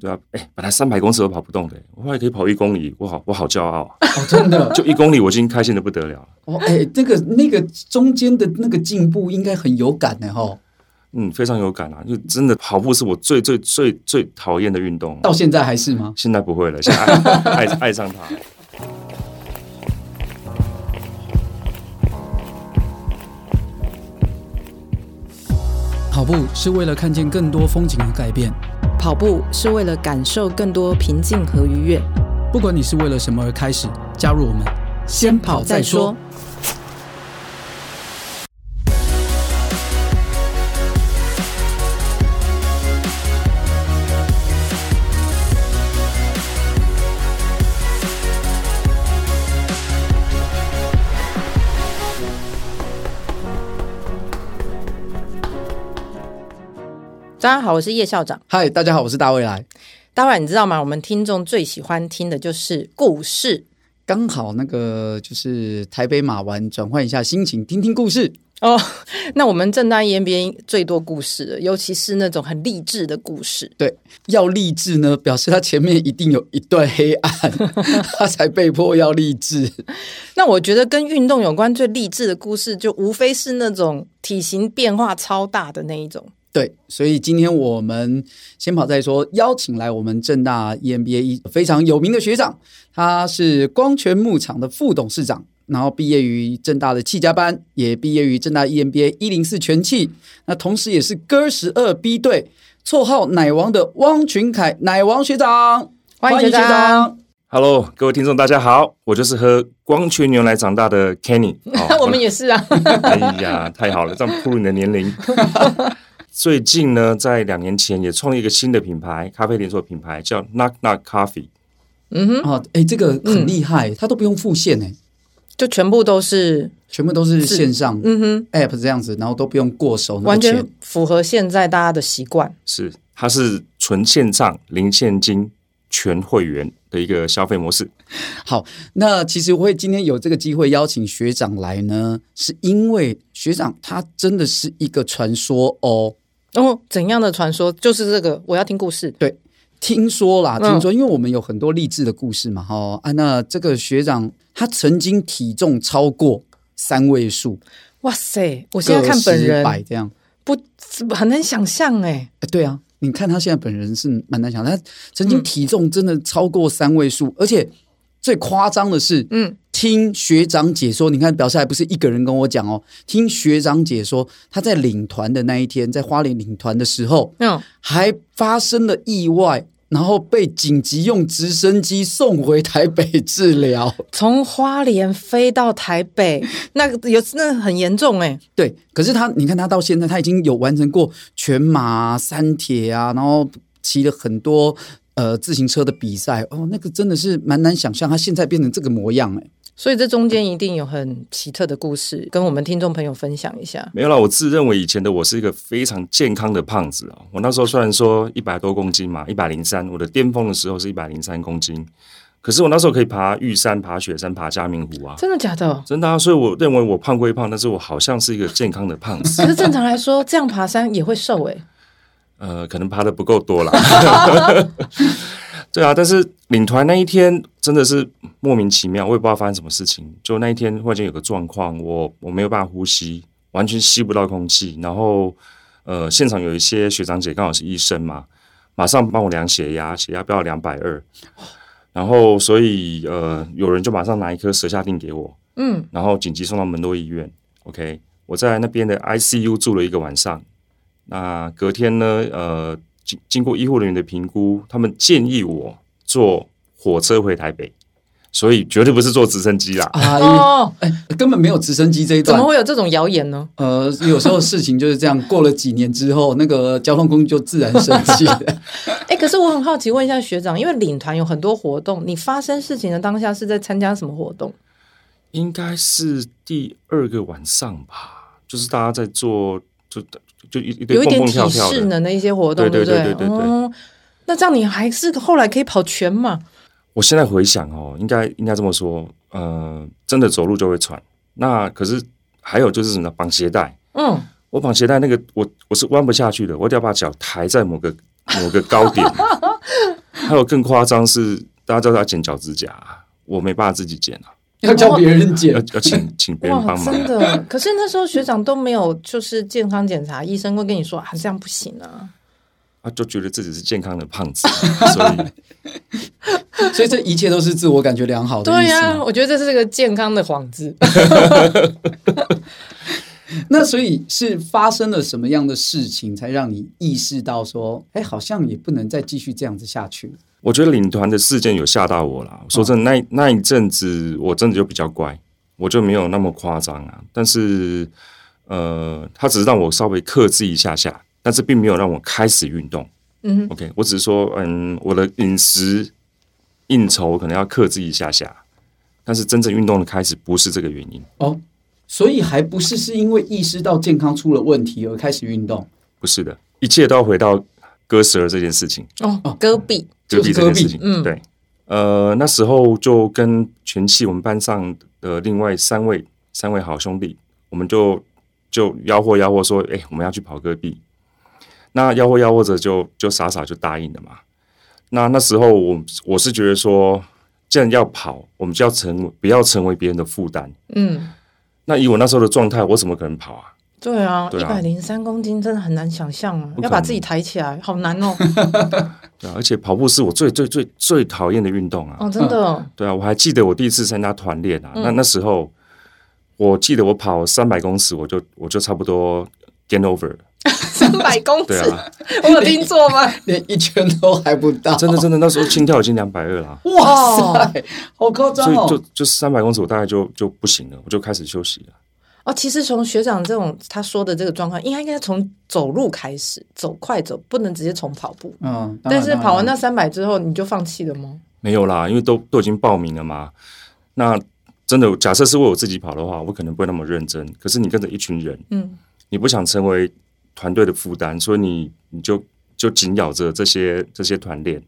对啊，哎、本来三百公尺我跑不动的、我后来可以跑一公里，我好我好骄傲啊， 哦，真的，就一公里我已经开心的不得了了。哦，哎，那个那个中间的那个进步应该很有感的哈，嗯，非常有感啊，就真的跑步是我最最最最讨厌的运动。啊到现在还是吗？现在不会了，现在爱 爱爱上它了。跑步是为了看见更多风景和改变，跑步是为了感受更多平静和愉悦。不管你是为了什么而开始，加入我们，先跑再说。大家好，我是叶校长。嗨，大家好，我是大未来。待会儿你知道吗？我们听众最喜欢听的就是故事刚好那个就是台北马完，转换一下心情，听听故事。哦。 那我们正 E 大 EMBA 最多故事了，尤其是那种很励志的故事。对，要励志呢，表示他前面一定有一段黑暗， 他才被迫要励志。那我觉得跟运动有关最励志的故事，就无非是那种体型变化超大的那一种。对，所以今天我们先跑再说，邀请来我们正大 E EMBA 一非常有名的学长，他是光泉牧场的副董事长，然后毕业于正大的气家班，也毕业于正大 E EMBA 一零四全气，那同时也是哥十二 B 队绰号奶王的汪群凯奶王学长，欢迎学长 Hello，各位听众，大家好，我就是喝光泉牛奶长大的 Kenny 哦。我们也 是啊，哎呀，太好了，这样暴露你的年龄。 最近呢，在两年前也创立一个新的品牌，咖啡连锁品牌，叫 Knock Knock Coffee。嗯哦，哎，这个很厉害，他都不用付现哎，就全部都是全部都是线上嗯哼， app 这样子，然后都不用过手，那个完全钱符合现在大家的习惯。是，它是纯线上、零现金、全会员的一个消费模式。好，那其实会今天有这个机会邀请学长来呢，是因为学长他真的是一个传说哦。哦，怎样的传说？就是这个，我要听故事。听说啦，嗯听说，因为我们有很多励志的故事嘛，哈、啊，那这个学长他曾经体重超过三位数，哇塞，我我现在看本人百这样，不很难想象哎，呃对啊，你看他现在本人是蛮难想的，他曾嗯经体重真的超过三位数，而且最夸张的是，嗯，听学长解说，你看表示还不是一个人跟我讲哦。听学长解说，他在领团的那一天，在花莲领团的时候，嗯，还发生了意外，然后被紧急用直升机送回台北治疗。从花莲飞到台北，那个有那很严重哎，对，可是他，你看他到现在，他已经有完成过全马啊、三铁啊，然后骑了很多呃自行车的比赛哦，那个真的是蛮难想象，他现在变成这个模样哎、所以这中间一定有很奇特的故事，跟我们听众朋友分享一下。没有啦，我自认为以前的我是一个非常健康的胖子哦。我那时候虽然说一百多公斤嘛，一百零三，我的巅峰的时候是一百零三公斤，可是我那时候可以爬玉山、爬雪山、爬嘉明湖啊，真的假的？真的啊。所以我认为我胖归胖，但是我好像是一个健康的胖 子，可是正常来说，这样爬山也会瘦哎。呃，可能爬的不够多啦。 对啊，但是领团那一天真的是莫名其妙，我也不知道发生什么事情。就那一天忽然间有个状况，我我没有办法呼吸，完全吸不到空气。然后呃，现场有一些学长姐刚好是医生嘛，马上帮我量血压，血压飙到两百二。然后所以呃，有人就马上拿一颗舌下定给我，嗯，然后紧急送到门洛医院。OK，我在那边的 ICU 住了一个晚上。那隔天呢，呃，经经过医护人员的评估，他们建议我坐火车回台北，所以绝对不是坐直升机啦。 哎呀，哦，根本没有直升机这一怎段么。会有这种谣言呢？呃，有时候事情就是这样，过了几年之后，那个交通工具就自然生气 了。哎，可是我很好奇，问一下学长，因为领团有很多活动，你发生事情的当下是在参加什么活动？应该是第二个晚上吧，就是大家在做，就就就一一堆有一蹦点蹦跳体跳适的。能的一些活动，对不对对对对对哦，那这样你还是后来可以跑全马，我现在回想哦，应该应该这么说，呃，真的走路就会喘。那可是还有就是什么呢绑鞋带，嗯，我绑鞋带那个，我我是弯不下去的，我一定要把脚抬在某个某个高点。还有更夸张是，大家叫他剪脚趾甲，我没办法自己剪啊，要叫别人要剪，要请请别人哇，帮忙真。的！可是那时候学长都没有，就是健康检查，医生会跟你说啊，这样不行啊。他就觉得自己是健康的胖子，所以所以这一切都是自我感觉良好的意对思呀、吗。我觉得这是个健康的幌子。那所以是发生了什么样的事情，才让你意识到说，哎，好像也不能再继续这样子下去了？我觉得领团的事件有吓到我啦。说真的，那一那一阵子我真的就比较乖，我就没有那么夸张啊。但是，呃，他只是让我稍微克制一下下，但是并没有让我开始运动。嗯，OK，我只是说，嗯，我的饮食、应酬可能要克制一下下，但是真正运动的开始不是这个原因，哦，所以还不是是因为意识到健康出了问题而开始运动，不是的，一切都要回到割舌这件事情。 哦，戈壁，隔壁这件事就是情，嗯对，呃，那时候就跟全系我们班上的另外三位三位好兄弟，我们就就吆喝吆喝说，哎、我们要去跑戈壁。那吆喝吆喝着就就傻傻就答应了嘛。那那时候我我是觉得说，既然要跑，我们就要成为不要成为别人的负担。嗯，那以我那时候的状态，我怎么可能跑啊？对啊，对一啊百零三公斤真的很难想象啊，不可能要把自己抬起来，好难 哦，对啊，而且跑步是我最最最最讨厌的运动啊。哦，真的，对啊，我还记得我第一次参加团练啊，那那时候我记得我跑三百公尺，我就我就差不多 get over 了。 三百公尺对，啊，我有听错 吗？连一圈都还不到， 真的真的，那时候心跳已经两百二了啊，哦哇塞，好夸所张以就哦！就三百公尺，我大概就就不行了，我就开始休息了。哦，其实从学长这种他说的这个状况，应该应该从走路开始，走快走，不能直接从跑步。嗯，当然但是跑完当然那三百之后，你就放弃了吗？没有啦，因为都都已经报名了嘛。那真的，假设是为我自己跑的话，我可能不会那么认真。可是你跟着一群人，嗯，你不想成为团队的负担，所以你你就就紧咬着这些这些团练。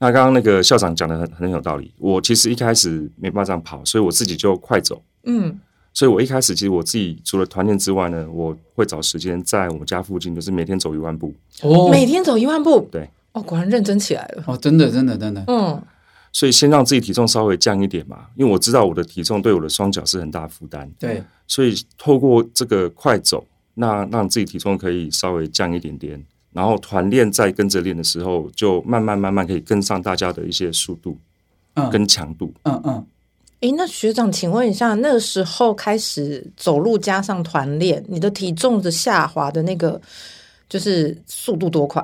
那刚刚那个校长讲的很很有道理，我其实一开始没办法这样跑，所以我自己就快走。嗯，所以我一开始其实我自己除了团练之外呢，我会找时间在我们家附近，就是每天走一万步。哦每天走一万步，对，哦，果然认真起来了。哦，真的真的真的，嗯，所以先让自己体重稍微降一点嘛，因为我知道我的体重对我的双脚是很大的负担，对，所以透过这个快走，那让自己体重可以稍微降一点点，然后团练在跟着练的时候，就慢慢慢慢可以跟上大家的一些速度嗯跟强度。嗯嗯，诶，那学长，请问一下，那个时候开始走路加上团练，你的体重的下滑的那个就是速度多快？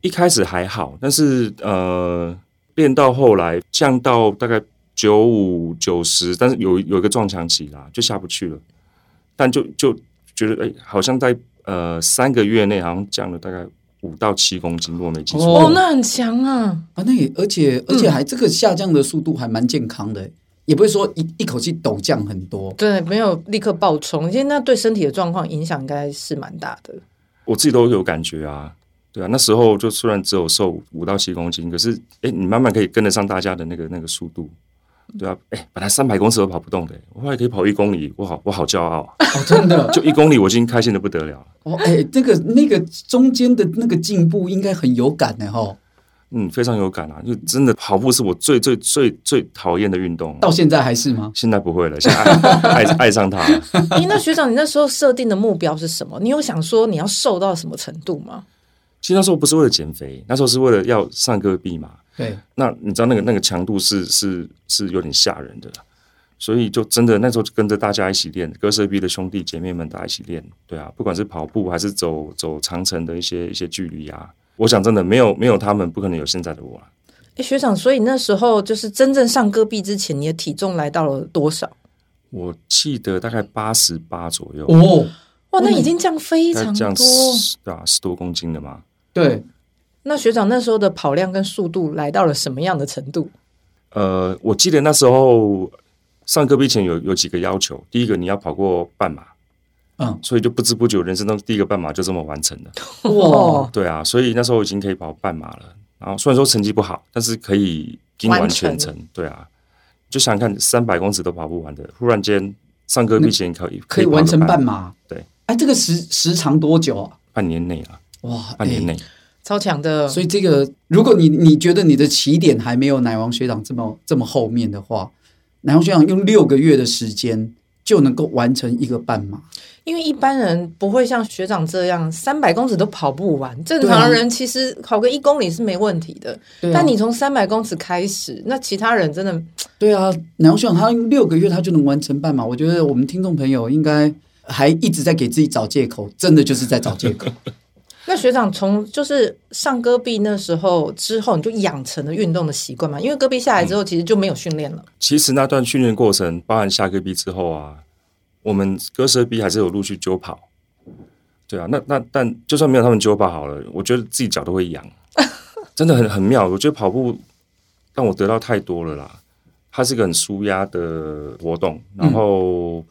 一开始还好，但是呃，练到后来降到大概九五九十，但是有有一个撞墙期啦，就下不去了。但就就觉得哎、好像在呃三个月内好像降了大概五到七公斤，如果没记错。哦哦，那很强啊！啊，那也而且而且还这个下降的速度还蛮健康的，也不会说一一口气陡降很多。对，没有立刻爆冲，因为那对身体的状况影响应该是蛮大的。我自己都有感觉啊，对啊，那时候就虽然只有瘦五到七公斤，可是哎、诶你慢慢可以跟得上大家的那个那个速度，对啊，哎、本来三百公尺都跑不动的、我后来可以跑一公里，我好我好骄傲啊， 哦，真的就一公里我已经开心的不得了了。 哦，哎，那个那个中间的那个进步应该很有感的哈，嗯，非常有感啊！就真的跑步是我最最最最讨厌的运动，啊到现在还是吗？现在不会了，现在爱爱爱上它了。诶，那学长，你那时候设定的目标是什么？你有想说你要瘦到什么程度吗？其实那时候不是为了减肥，那时候是为了要上戈壁嘛。对，那你知道那个那个强度是是是有点吓人的，所以就真的那时候就跟着大家一起练，哥舍壁的兄弟姐妹们大家一起练，对啊，不管是跑步还是走走长程的一些一些距离啊，我想真的没有没有他们，不可能有现在的我、啊。诶，学长，所以那时候就是真正上戈壁之前，你的体重来到了多少？我记得大概八十八左右，哦，哇，那已经降非大概常这样多。十对啊十多公斤了嘛。对，那学长那时候的跑量跟速度来到了什么样的程度？呃，我记得那时候上戈壁前有有几个要求，第一个你要跑过半马，嗯，所以就不知不觉人生中第一个半马就这么完成了。哇，哦对啊，所以那时候已经可以跑半马了。然后虽然说成绩不好，但是可以拼完全程。对啊，就想想看，三百公尺都跑不完的，忽然间上戈壁前可以可以跑个完成半半马。对，哎，这个时时长多久啊？半年内啊，哇，半年哎内。超强的。所以这个，如果你你觉得你的起点还没有奶王学长这么这么后面的话，奶王学长用六个月的时间就能够完成一个半马，因为一般人不会像学长这样三百公尺都跑不完，正常人其实跑个一公里是没问题的。对啊但你从三百公尺开始，那其他人真的对啊，奶王学长他用六个月他就能完成半马，我觉得我们听众朋友应该还一直在给自己找借口，真的就是在找借口。那学长从就是上戈壁那时候之后，你就养成了运动的习惯嘛？因为戈壁下来嗯之后，其实就没有训练了。其实那段训练过程，包含下戈壁之后啊，我们戈舍壁还是有陆续揪跑。对啊，那那但就算没有他们揪跑好了，我觉得自己脚都会痒， 真的很很妙。我觉得跑步让我得到太多了啦，它是一个很舒压的活动，然后、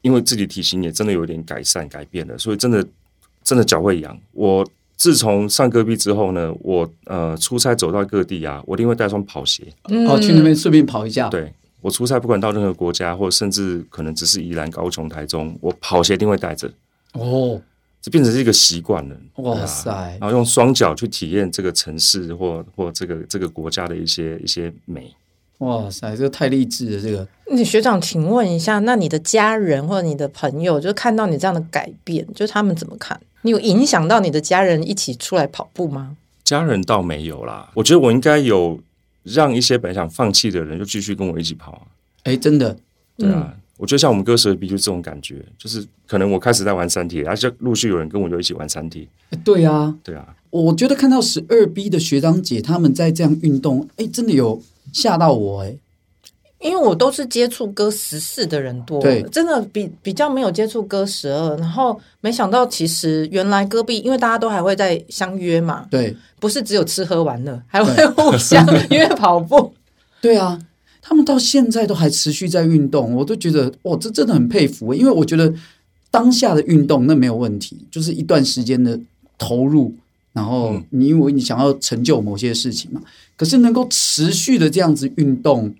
因为自己体型也真的有点改善改变了，所以真的真的脚会痒。我自从上戈壁之后呢，我呃出差走到各地啊，我一定会带双跑鞋。嗯哦，去那边顺便跑一下。对我出差，不管到任何国家，或者甚至可能只是宜兰、高雄、台中，我跑鞋一定会带着，哦，这变成是一个习惯了。啊哇塞然，后用双脚去体验这个城市或或这个这个国家的一些一些美。哇塞，这个太励志了，这个。你学长，请问一下，那你的家人或者你的朋友，就是看到你这样的改变，就是他们怎么看？你有影响到你的家人一起出来跑步吗？家人倒没有啦，我觉得我应该有让一些本来想放弃的人就继续跟我一起跑啊，哎，真的，对嗯啊。嗯我觉得像我们歌手比就是这种感觉，就是可能我开始在玩三体，然后就陆续有人跟我就一起玩三体，哎对啊，对啊，我觉得看到十二 B 的学长姐他们在这样运动，哎，真的有吓到我哎。因为我都是接触歌十四的人多对，真的比比较没有接触歌十二。然后没想到，其实原来戈壁，因为大家都还会在相约嘛，对，不是只有吃喝玩乐，还会互相约跑步。对啊，他们到现在都还持续在运动，我都觉得哇，这真的很佩服。欸因为我觉得当下的运动那没有问题，就是一段时间的投入，然后你因为你想要成就某些事情嘛，可是能够持续的这样子运动，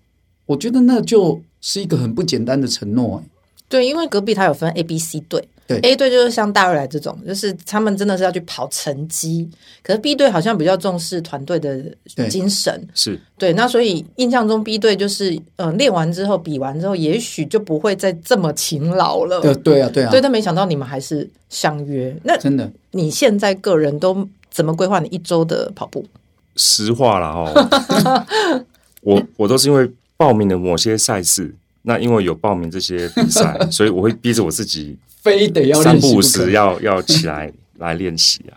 我觉得那就是一个很不简单的承诺、哎对，因为隔壁它有分 A、B、C 队。对 A 队就是像大未来这种，就是他们真的是要去跑成绩。可是 B 队好像比较重视团队的对精神，是对。那所以印象中 B 队就是，嗯、练完之后比完之后，也许就不会再这么勤劳了。对对啊，对啊，对，但没想到你们还是相约。那真的。你现在个人都怎么规划你一周的跑步？实话啦哦，我我都是因为报名了某些赛事，那因为有报名这些比赛，所以我会逼着我自己非得要三练习不五可时要要起来来练习啊。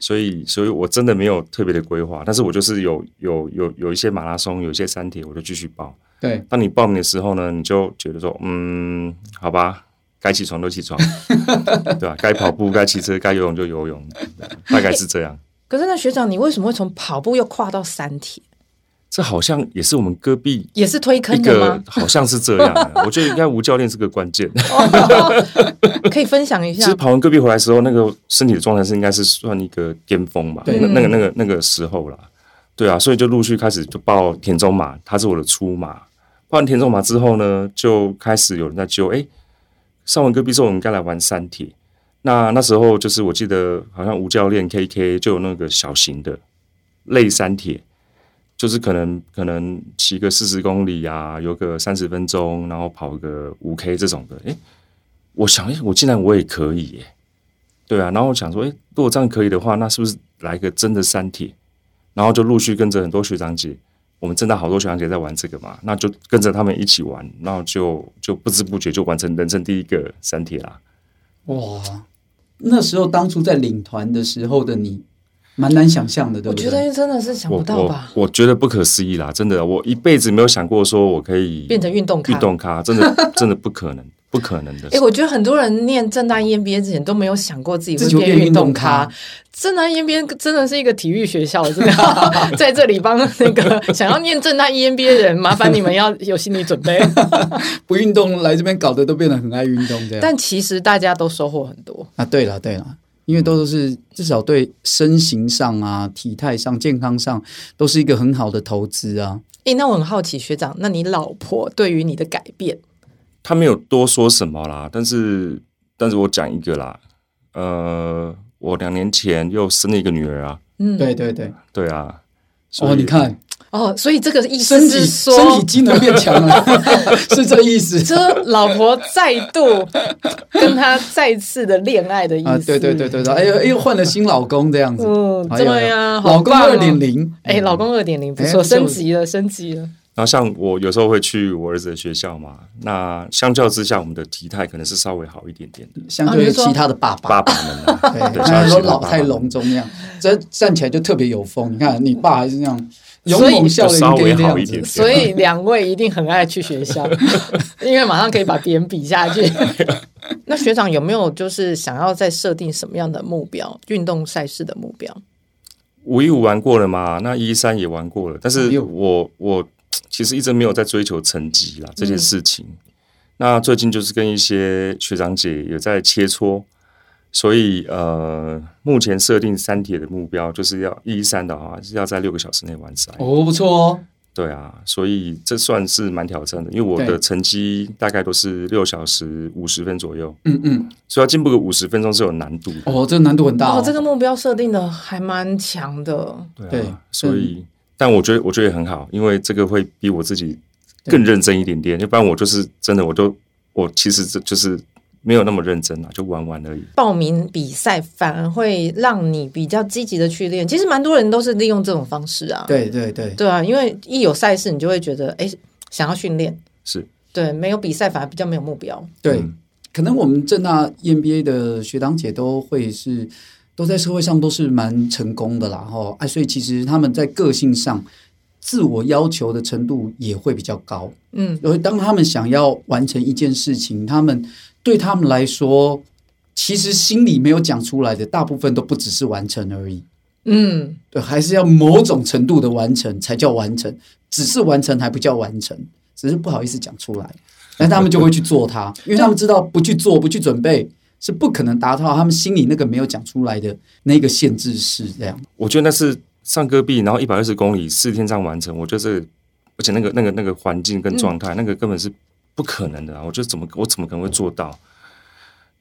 所以，所以我真的没有特别的规划，但是我就是有有有有一些马拉松，有一些山铁，我就继续报。对，当你报名的时候呢，你就觉得说，嗯，好吧，该起床就起床， 对吧、该跑步、该骑车、该游泳就游泳，大概是这样。可是那学长，你为什么会从跑步又跨到三铁？这好像也是我们戈壁也是推一坑的个吗？好像是这样、啊我觉得应该吴教练是个关键。 可以分享一其下实。跑完戈壁回来的时候，那个身体的状态是应该是算一个巅峰吧，对那那个那个那个时候啦，对啊，所以就陆续开始就报田中马，它是我的出马。报完田中马之后呢，就开始有人在揪，哎，上完戈壁之后，我们该来玩山铁。那那时候就是我记得好像吴教练 KK 就有那个小型的类山铁，就是可能可能骑个四十公里啊，游个三十分钟，然后跑个五 K 这种的。诶，我想，诶，我竟然我也可以耶、对啊。然后我想说，诶，如果这样可以的话，那是不是来个真的山铁？然后就陆续跟着很多学长姐，我们真的好多学长姐在玩这个嘛，那就跟着他们一起玩，然后就就不知不觉就完成人生第一个山铁啦。哇，那时候当初在领团的时候的你，蛮难想象的，对我不对？觉得真的是想不我到我吧，我觉得不可思议啦，真的，啊我一辈子没有想过说我可以变成运动咖运。动咖，真的真的不可能，不可能的哎、。我觉得很多人念正大 E EMBA 之前都没有想过自己自己会会变变运动运动咖咖。正大 E EMBA 真的是一个体育学校，真的要 在这里帮那个想要念正大 E EMBA 的人，麻烦你们要有心理准备。不运动来这边搞得都变得很爱运动这样。但其实大家都收获很多。啊，对了对了，因为都是至少对身形上啊、体态上、健康上都是一个很好的投资啊。诶，那我很好奇，学长，那你老婆对于你的改变，他没有多说什么啦，但是但是我讲一个啦，呃，我两年前又生了一个女儿啊，嗯，对对对，对啊，所以哦，你看哦，所以这个意身思体是说，身体机能变强 了，是这意思这老婆再度跟他再次的恋爱的意思。啊？对对对，对对，哎呦哎呦，换了新老公这样子，嗯，哎呦对呀，好老公棒哦二点。零，哎，老公二点零不哎错，不错升级了，升级了。然后像我有时候会去我儿子的学校嘛，那相较之下，我们的体态可能是稍微好一点点的，相哦对你于是说其他的爸爸爸，爸们、啊。对，对不像然说其他老爸爸太隆中那样，这站起来就特别有风。你看你爸还是那样勇所以猛笑稍了微一这好样一子点，所以两位一定很爱去 学校，因为马上可以把别人比下去。啊那学长有没有就是想要再设定什么样的目标？运动赛事的目标？五一五玩过了嘛，那一三也玩过了，但哎是呦我我其实一直没有在追求成绩嗯啦这件事情。那最近就是跟一些学长姐有在切磋，所以呃，目前设定三铁的目标就是要一三的话是要在六个小时内完赛。哦，不错哦，对啊，所以这算是蛮挑战的，因为我对的成绩大概都是六小时五十分左右，嗯嗯，所以要进步个五十分钟是有难度的。哦，这个难度很大哦，这个目标设定的还蛮强的。对啊对所以但我觉得我觉得也很好，因为这个会逼我自己更认真一点点，要不然我就是真的我都我其实这就是没有那么认真啦，就玩玩而已。报名比赛反而会让你比较积极的去练。其实蛮多人都是利用这种方式啊。对对对，对啊，因为一有赛事，你就会觉得哎，想要训练。是对，没有比赛反而比较没有目标。对，嗯可能我们正大 E EMBA 的学长姐都会是都在社会上都是蛮成功的啦，哈，哎，所以其实他们在个性上。自我要求的程度也会比较高，嗯，而当他们想要完成一件事情，他们对他们来说，其实心里没有讲出来的，大部分都不只是完成而已，嗯，对，还是要某种程度的完成才叫完成，只是完成还不叫完成，只是不好意思讲出来，但他们就会去做它，因为他们知道不去做、不去准备是不可能达到他们心里那个没有讲出来的那个限制是这样。我觉得那是上戈壁，然后一百二十公里四天这样完成，我觉得这个而且那个那个那个环境跟状态，那个根本是不可能的、啊。我觉得怎么我怎么可能会做到？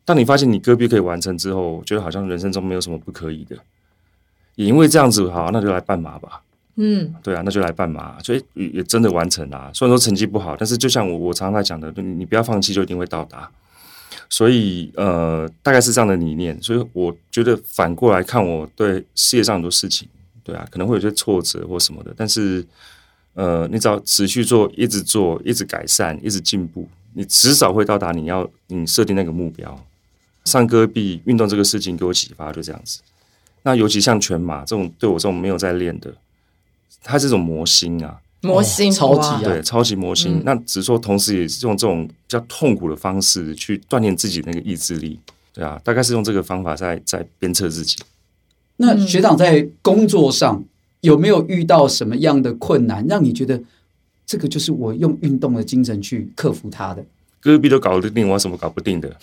当你发现你戈壁可以完成之后，我觉得好像人生中没有什么不可以的。也因为这样子，好，那就来半马吧。嗯，对啊，那就来半马，所以也也真的完成啦、虽然说成绩不好，但是就像我我常常在讲的，就你你不要放弃，就一定会到达。所以呃，大概是这样的理念。所以我觉得反过来看，我对世界上很多事情，对啊，可能会有些挫折或什么的，但是呃，你只要持续做，一直做，一直改善，一直进步，你迟早会到达你要你设定那个目标。上戈壁运动这个事情给我启发，就这样子。那尤其像全马这种对我这种没有在练的，它是一种魔心啊，模型、哦超级哇啊对，超级魔心。那只是说，同时也是用这种比较痛苦的方式去锻炼自己那个意志力，对啊，大概是用这个方法在在鞭策自己。那学长在工作上有没有遇到什么样的困难，让你觉得这个就是我用运动的精神去克服它的？戈壁都搞得定，我有什么搞不定的？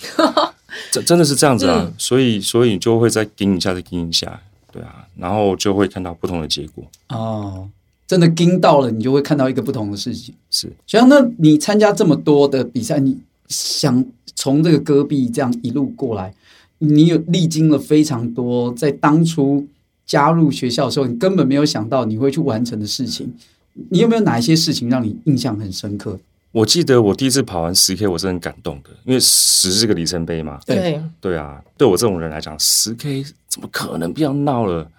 真真的是这样子啊，所以所以你就会再盯一下，再盯一下，对啊，然后就会看到不同的结果。哦，真的盯到了，你就会看到一个不同的事情。是学长，那你参加这么多的比赛，你想从这个戈壁这样一路过来，你有历经了非常多，在当初加入学校的时候，你根本没有想到你会去完成的事情。你有没有哪一些事情让你印象很深刻？我记得我第一次跑完十 K，我是很感动的，因为十是个里程碑嘛，对对，对啊，对我这种人来讲，十 K 怎么可能？不要闹了。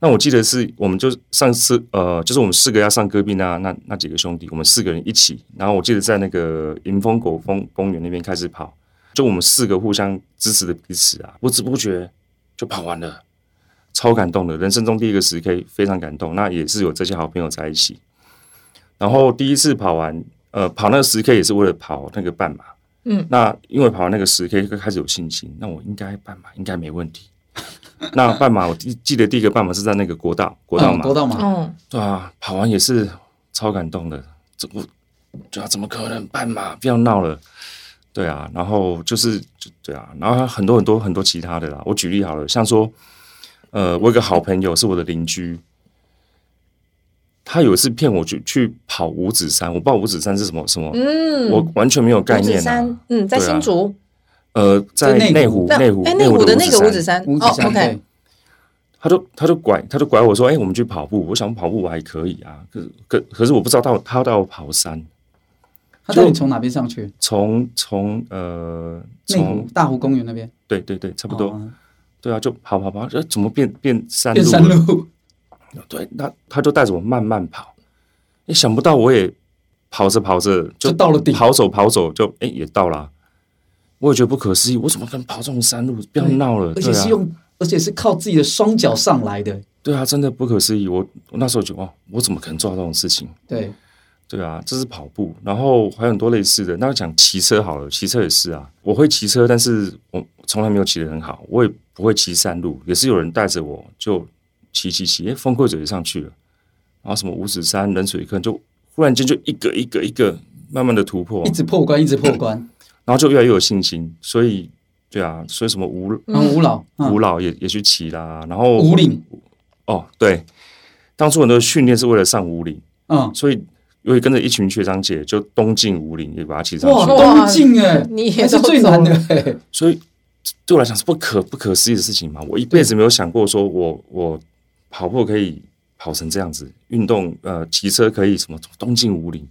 那我记得是我们就上次呃，就是我们四个要上戈壁那那那几个兄弟，我们四个人一起，然后我记得在那个迎风狗风公园那边开始跑，就我们四个互相支持的彼此啊，不知不觉就跑完了，超感动的，人生中第一个十 K，非常感动。那也是有这些好朋友在一起，然后第一次跑完，呃，跑那个十 K 也是为了跑那个半马，那因为跑完那个十 K 就开始有信心，那我应该半马应该没问题。那半马我记记得第一个半马是在那个国道国道嗯马，国道马，嗯，对啊，跑完也是超感动的，这我对啊，怎么可能半马？不要闹了，对啊，然后就是就对啊，然后还有很多很多很多其他的啦，我举例好了，像说，呃，我有个好朋友是我的邻居，他有一次骗我去去跑五指山，我不知道五指山是什么什么，嗯我完全没有概五指念、啊山，，嗯，在对啊新竹，呃，在在内内湖湖内湖哎，内湖湖的那个五五指指山，山，五哦指山， ，OK，对，他就他就拐他就拐我说，哎、我们去跑步。我想跑步我还可以啊，可是可可是我不知道到他到跑山，他带你从哪边上去？从从呃内湖从大湖公园那边，对对对，差不多、哦对啊，就跑跑跑，呃，怎么变变山路啊变了？山路，对，那他就带着我慢慢跑，也想不到我也跑着跑着就到了顶跑走跑走就哎、也到了啊、我也觉得不可思议，我怎么可能跑这种山路？不要闹了，而对且是啊，用，而且是靠自己的双脚上来的。对啊，真的不可思议。我我那时候觉得哦，我怎么可能做到这种事情？对，对啊，这是跑步，然后还有很多类似的。那讲骑车好了，骑车也是啊，我会骑车，但是我从来没有骑得很好，我也不会骑山路，也是有人带着我就骑骑骑，诶，风柜嘴就上去了，然后什么五指山、冷水坑，就忽然间就一个一个一个慢慢的突破一，直破关，一直破关，然后就越来越有信心。所以，对啊，所以什么吴然后吴老，嗯吴老也也去骑啦，然后五岭，哦，对，当初很多训练是为了上五岭，嗯，所以我也跟着一群学长姐就东进五岭，也把它骑上去。哇，哇东进哎，你也还是都最走难的了欸，所以对我来讲是不可不可思议的事情嘛。我一辈子没有想过说我我跑步可以跑成这样子，运动呃骑车可以什么东进五岭，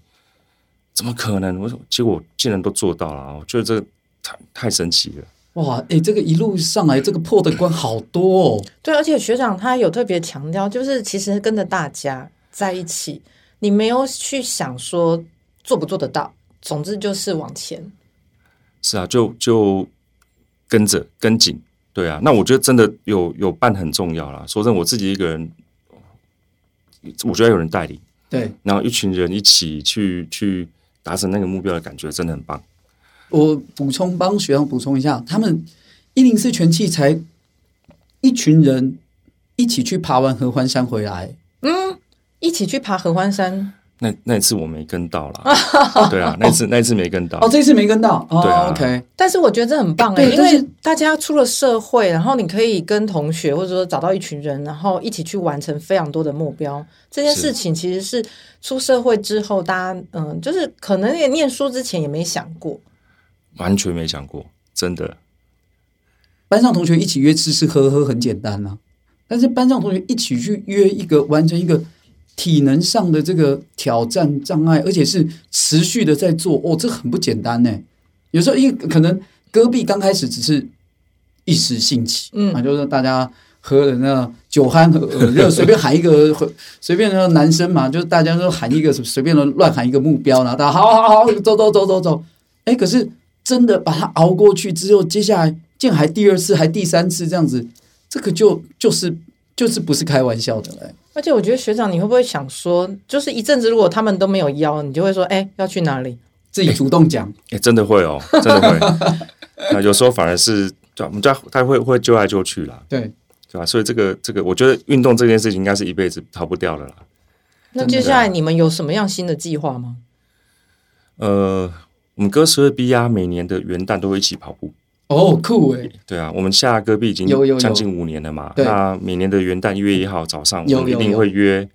怎么可能？我说结果竟然都做到了啊，我觉得这太太神奇了。哇，哎，这个一路上来，这个破的关好多哦，对，而且学长他有特别强调，就是其实跟着大家在一起，你没有去想说做不做得到，总之就是往前。是啊，就就跟着跟紧，对啊。那我觉得真的有有伴很重要啦。说真的，我自己一个人，我觉得有人带领。对。然后一群人一起去去达成那个目标的感觉，真的很棒。我补充帮学长补充一下，他们一零四全器才一群人一起去爬完合欢山回来，一起去爬合欢山，那那一次我没跟到 啦，对啊，那一次那一次没跟到哦，，这次没跟到，哦、对啊 o k 但是我觉得这很棒哎、对因但是为大家出了社会，然后你可以跟同学或者说找到一群人，然后一起去完成非常多的目标。这件是事情其实是出社会之后，大家嗯，就是可能也念书之前也没想过，完全没想过，真的班上同学一起约吃吃喝喝很简单呐、但是班上同学一起去约一个完成一个体能上的这个挑战障碍，而且是持续的在做，哦，这很不简单呢。有时候因为可能戈壁刚开始只是一时兴起，嗯啊，就是大家喝的那酒酣耳热，随便喊一个，随便的男生嘛，就是大家都喊一个随便的乱喊一个目标，然后大家好好好，走走走走走，哎，可是真的把它熬过去之后，接下来竟然还第二次，还第三次这样子，这个就就是就是不是开玩笑的哎嘞。而且我觉得学长，你会不会想说，就是一阵子如果他们都没有邀，你就会说，哎、要去哪 里？自己主动讲，哎、真的会哦，真的会。 那有时候反而是，对啊我们家他会会揪来揪去啦，对，对吧、所以这个这个，我觉得运动这件事情应该是一辈子逃不掉的啦。那真的啊接下来你们有什么样新的计划 吗？呃，我们哥十二 B 啊，每年的元旦都会一起跑步。哦，酷诶，对啊，我们下戈壁已经有有有将近五年了嘛。对那每年的元旦一月一号早上，有我们一有定有会约，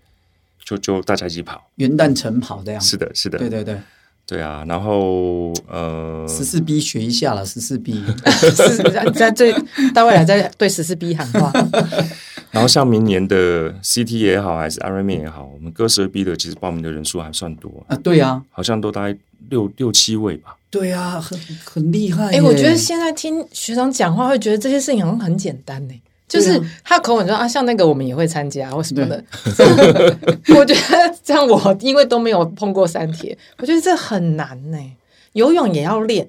就就大家一起跑。元旦晨跑这样，是的，是的，对对对，对啊。然后呃，十四 B 学 一下了，十四 B，是在在对大未来在对十四 B 喊 话，哎然后像明年的 CT 也好，还是 Ironman 也好，我们哥十二 B 的其实报名的人数还算多，啊，对啊，好像都大概六六七位吧。对啊，很很厉害哎、耶。我觉得现在听学长讲话，会觉得这些事情好像很简单呢、就是对啊他口吻说啊，像那个我们也会参加或什么的。这 我觉得这样，我因为都没有碰过山铁，我觉得这很难呢、游泳也要练，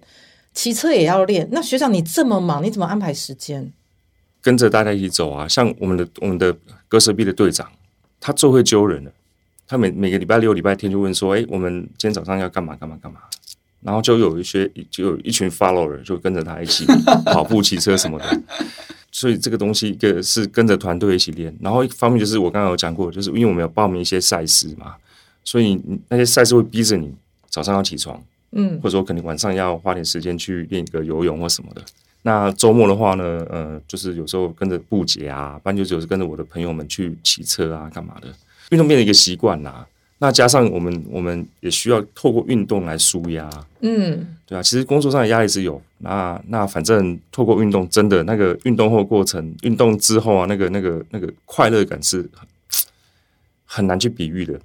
骑车也要练。那学长你这么忙，你怎么安排时间？跟着大家一起走啊。像我们的我们的格舍壁的队长，他最会揪人了。他每每个礼拜六、礼拜天就问说：“哎、我们今天早上要干嘛？干嘛？干嘛？”然后就有一些就有一群 follower 就跟着他一起跑步、骑车什么的。所以这个东西，一个是跟着团队一起练，然后一方面就是我刚刚有讲过，就是因为我们有报名一些赛事嘛，所以你那些赛事会逼着你早上要起床，嗯，或者说可能晚上要花点时间去练一个游泳或什么的。那周末的话呢，呃，就是有时候跟着布姐啊，不然就是有时候跟着我的朋友们去骑车啊，干嘛的。运动变成一个习惯啦，那加上我们我们也需要透过运动来舒压，嗯，对啊，其实工作上的压力是有，那那反正透过运动，真的那个运动后过程，运动之后啊，那个那个那个快乐感是很很难去比喻的，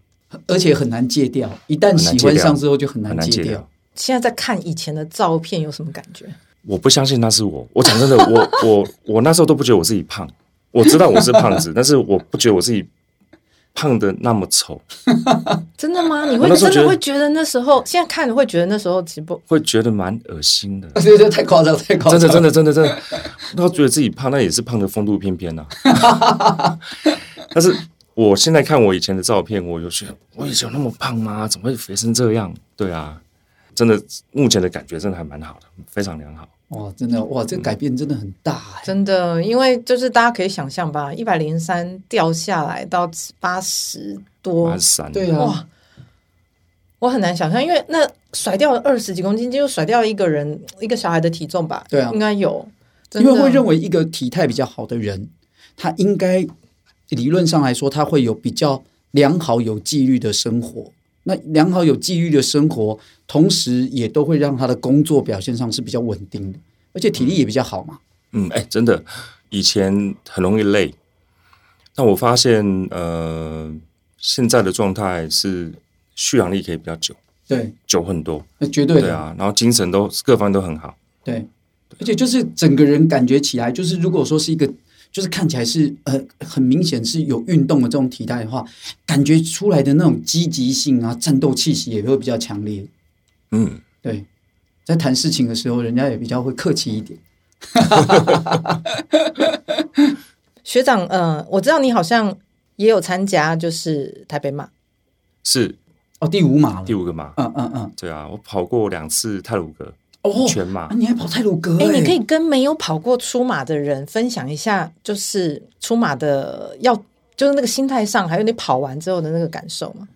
而且很难戒掉，一旦喜欢上之后就很很难难戒戒掉掉。。现在在看以前的照片有什么感觉？我不相信那是我，我讲真的，我我我那时候都不觉得我自己胖，我知道我是胖子，但是我不觉得我自己胖的那么丑，真的吗？你我会那时候真觉得的会觉得那时候，现在看会觉得那时候直播会觉得蛮恶心的。 这这太夸张，太夸张，真的，真的，真的，真的，他觉得自己胖，那也是胖的风度翩翩呐、但是我现在看我以前的照片，我就觉得我以前有那么胖吗？怎么会肥成这样？对啊，真的，目前的感觉真的还蛮好的，非常良好。哇，真的哇，这改变真的很大、哎真的，因为就是大家可以想象吧，一百零三掉下来到八十多蛮，闪的对啊，哇我很难想象，因为那甩掉了二十几公斤，就甩掉一个人一个小孩的体重吧？对啊应该有，真因的为会认为一个体态比较好的人，他应该理论上来说，他会有比较良好、有纪律的生活。那良好有纪律的生活，同时也都会让他的工作表现上是比较稳定的，而且体力也比较好嘛。嗯，哎、真的，以前很容易累，但我发现，呃，现在的状态是续航力可以比较久，对，久很多。那绝对对的，啊，然后精神都各方面都很好。对。而且就是整个人感觉起来，就是如果说是一个，就是看起来是呃很明显是有运动的这种体态的话，感觉出来的那种积极性啊、战斗气息也会比较强烈。嗯，对，在谈事情的时候，人家也比较会客气一点。学长，呃，我知道你好像也有参加，就是台北马，是哦，第五马了第，五个嘛？嗯嗯嗯，对啊，我跑过两次泰鲁格哦，全马啊，你还跑泰鲁格、哎、欸？你可以跟没有跑过出马的人分享一下，就是出马的要就是那个心态上，还有你跑完之后的那个感受吗？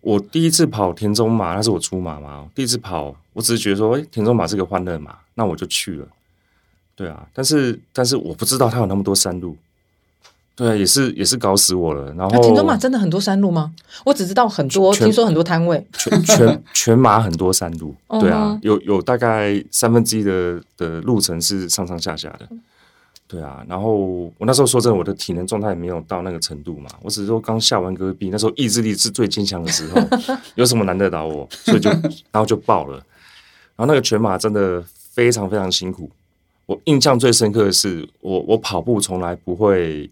我第一次跑田中马，那是我出马嘛。第一次跑，我只是觉得说，哎、田中马是个欢乐马，那我就去了。对啊，但是但是我不知道它有那么多山路。对啊，也是也是搞死我了。然那、后啊田中马真的很多山路吗？我只知道很多，全听说很多摊位。全全 全马很多山路，嗯哼对啊，有有大概三分之一的的路程是上上下下的，对啊。然后我那时候说真的，我的体能状态没有到那个程度嘛，我只是说刚下完戈壁，那时候意志力是最坚强的时 候，有什么难得倒我？所以就然后就爆了。然后那个全马真的非常非常辛苦，我印象最深刻的是，我我跑步从来不会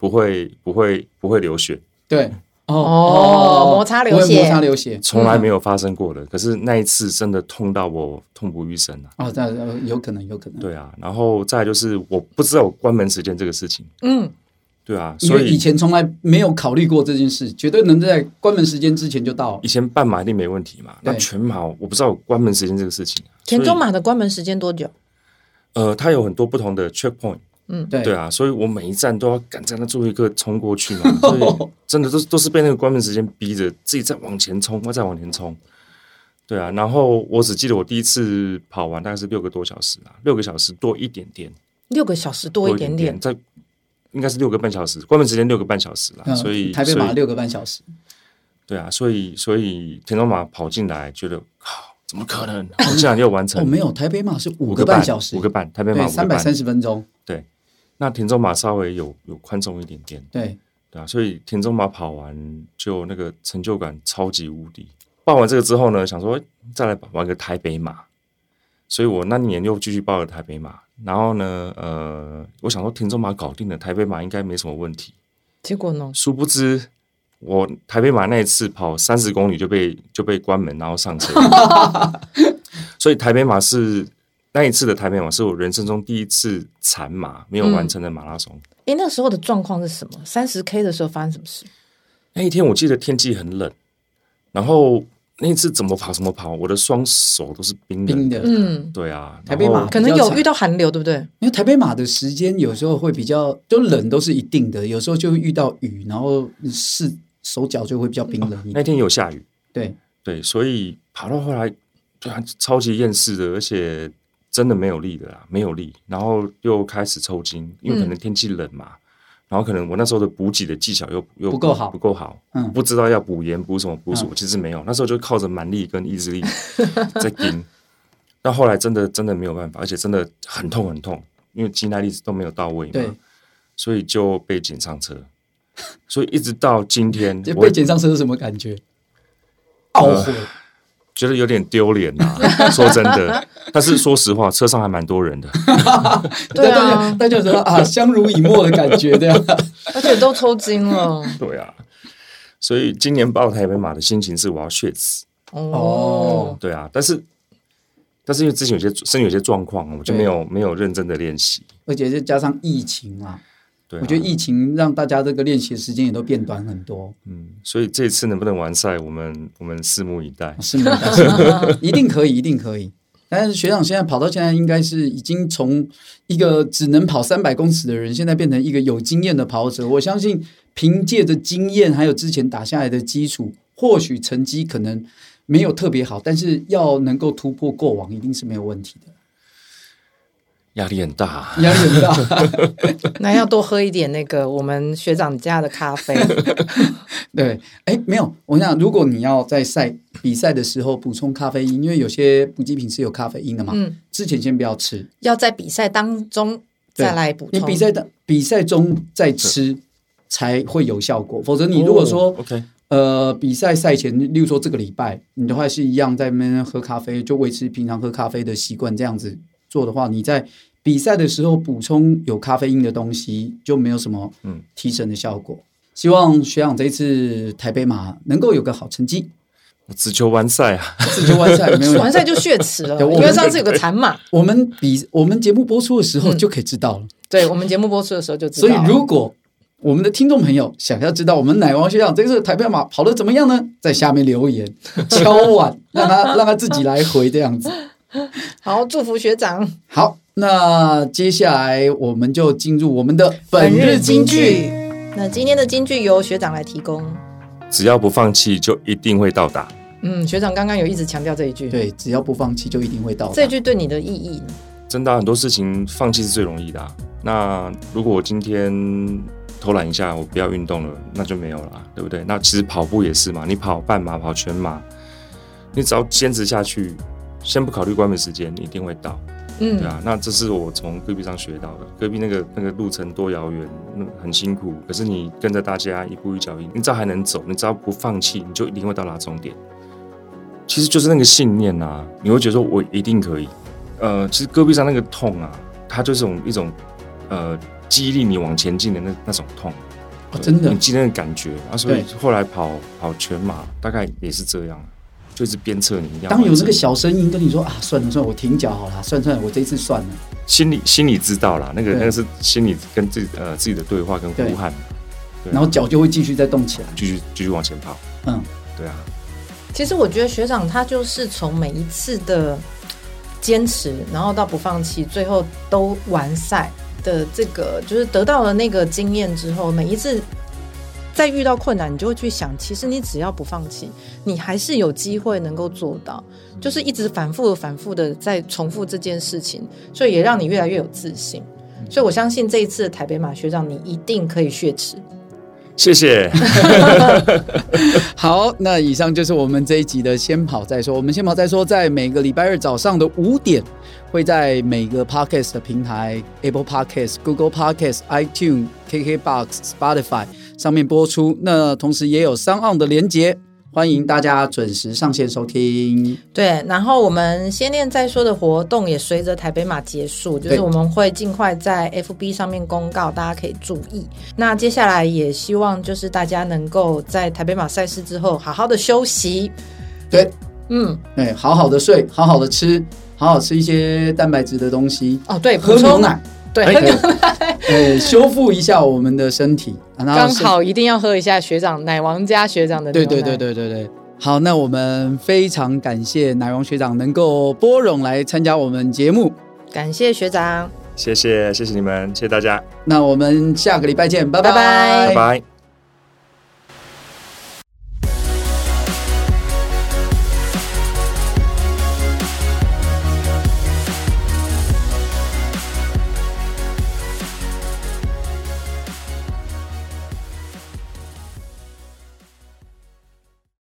不会不会不会流血，对，哦哦摩擦流不会血摩擦流血，从来没有发生过的。可是那一次真的痛到我痛不欲生啊！哦，那那有可能，有可能。对啊，然后再来就是我不知道我关门时间这个事情，嗯，对啊，因所为以以前从来没有考虑过这件事，绝对能在关门时间之前就到以。前半马一定没问题嘛，那对全马我不知道我关门时间这个事情。田中所以马的关门时间多久？呃，它有很多不同的 checkpoint，对对啊，所以我每一站都要赶在那最后一刻冲过去 嘛，所以真的都是都是被那个关门时间逼着自己再往前冲，再往前冲。对啊，然后我只记得我第一次跑完大概是六个多小时啊，六个小时多一点点，六个小时多一点点。在应该是六个半小时，关门时间六个半小时啦，嗯所以台北所马以六个半小时，对啊，所以所以田中马跑进来，觉得靠，怎么可能？我竟然就完成哦，没有，台北马是五五个半半小时，五个半，台北马对，五个三百半，三十分钟，对，那田中马稍微有有宽松一点点，对，对啊，所以田中马跑完就那个成就感超级无敌。报完这个之后呢，想说诶再来玩个台北马，所以我那年又继续报了台北马。然后呢，呃，我想说田中马搞定了，台北马应该没什么问题。结果呢？殊不知，我台北马那一次跑三十公里就被就被关门，然后上车。 所以台北马是那一次的台北马是我人生中第一次残马没有完成的马拉松。嗯诶，哎那时候的状况是什么？三十 K 的时候发生什么事？那一天我记得天气很冷，然后那一次怎么跑怎么跑，我的双手都是冰冷冰的。嗯，对啊，台北马然后可能有比较遇到寒流，对不对？因为台北马的时间有时候会比较，就冷都是一定的，有时候就会遇到雨，然后是手脚就会比较冰冷一点。那天有下雨，对，对，所以跑到后来，对啊，超级厌世的，而且嗯真的没有力的啦，没有力，然后又开始抽筋，因为可能天气冷嘛，然后可能我那时候的补给的技巧又又不够好不够好，嗯不知道要补盐补什么补什么，其实没有，那时候就靠着蛮力跟意 志力在盯。到后来真的真的没有办法，而且真的很痛很痛，因为肌耐力都没有到位对嘛，所以就被捡上车。所以一直到今 天这，我被捡上车是什么感觉？懊悔，觉得有点丢脸呐、 说真的，但是说实话，车上还蛮多人的。对啊大家有什么啊，相濡以沫的感觉，对啊，而且都抽筋了。对啊，所以今年报台北马的心情是我要血死。哦哦，对啊，但是但是因为之前有些身体有些状况，我就没有没有认真的练习。 而且再加上疫情啊，对啊、我觉得疫情让大家这个练习的时间也都变短很多，嗯，所以这一次能不能完赛，我们我们拭目以待。是吗？是吗一定可以，一定可以。但是学长现在跑到现在，应该是已经从一个只能跑三百公尺的人，现在变成一个有经验的跑者。我相信，凭借着经验还有之前打下来的基础，或许成绩可能没有特别好，但是要能够突破过往，一定是没有问题的。压力很大，压力啊很大，那要多喝一点那个我们学长家的咖啡。 对，哎，没有，我想如果你要在赛比赛的时候补充咖啡因，因为有些补给品是有咖啡因的嘛，嗯，之前先不要吃，要在比赛当中再来补你充。比赛的比赛中再吃才会有效果，否则你如果说、哦 OK，呃比赛赛前，例如说这个礼拜，你的话是一样在那边喝咖啡，就维持平常喝咖啡的习惯，这样子做的话，你在比赛的时候补充有咖啡因的东西，就没有什么嗯提神的效果。希望学长这一次台北马能够有个好成绩，我只求完赛啊。自求完 赛没 有问题完赛就血池了，对我因为上次有个残马，我们比我们节目播出的时候嗯就可以知道了。对我们节目播出的时候就知所道以了。，如果我们的听众朋友想要知道我们奶王学长这次台票马跑得怎么样呢，在下面留 言敲碗，让他让他自己来回这样子。好，祝福学长。好，那接下来我们就进入我们的本日金句。，那今天的金句由学长来提供。只要不放弃，就一定会到达。嗯，学长刚刚有一直强调这一句，对，只要不放弃，就一定会到达这句对你的意义呢？真的啊、很多事情放弃是最容易的啊、那如果我今天偷懒一下，我不要运动了，那就没有啦，对不对？那其实跑步也是嘛，你跑半马、跑全马，你只要坚持下去，先不考虑关门时间，你一定会到。对嗯，啊，那这是我从戈壁上学到的。戈壁那个那个路程多遥远，那很辛苦，可是你跟着大家一步一脚印，你只要还能走，你只要不放弃，你就一定会到达终点。其实就是那个信念啊，你会觉得说我一定可以。呃，其实戈壁上那个痛啊，它就是种一种呃激励你往前进的那那种痛，哦真的很激烈的感觉啊。所以对后来跑跑全马，大概也是这样，就是鞭策你一定要当有完那个成小声音跟你说啊，算了算了，我停脚好了，算了算了，我这次算了。心里心里知道啦，那个对那个是心里跟自己呃自己的对话跟呼喊，对啊然后脚就会继续再动起来。继续继续往前跑，嗯，对啊，其实我觉得学长他就是从每一次的坚持，然后到不放弃，最后都完赛的这个，就是得到了那个经验之后，每一次再遇到困难，你就会去想，其实你只要不放弃，你还是有机会能够做到。就是一直反复、反复的在重复这件事情，所以也让你越来越有自信。所以我相信这一次的台北马学长，你一定可以血池。谢谢， 好，那以上就是我们这一集的先跑再说。我们先跑再说，在每个礼拜二早上的五点，会在每个 podcast 的平台，Apple Podcast、Google Podcast、iTune、KKBox、Spotify 上面播出。那同时也有 s o n On 的连接，欢迎大家准时上线收听。对，然后我们先练再说的活动也随着台北马结束，就是对我们会尽快在 FB 上面公告，大家可以注意。那接下来也希望就是大家能够在台北马赛事之后好好的休息。对，嗯，对，哎好好的睡，好好的吃，好好吃一些蛋白质的东西，哦对，喝补充牛 奶，，对，哎喝对牛奶，呃，修复一下我们的身体。然后刚是好一定要喝一下学长奶王家学长的牛对奶。对对对对对。好，那我们非常感谢奶王学长能够拨冗来参加我们节目。感谢学长。谢谢谢谢你们，谢谢大家，那我们下个礼拜见，拜拜拜拜拜。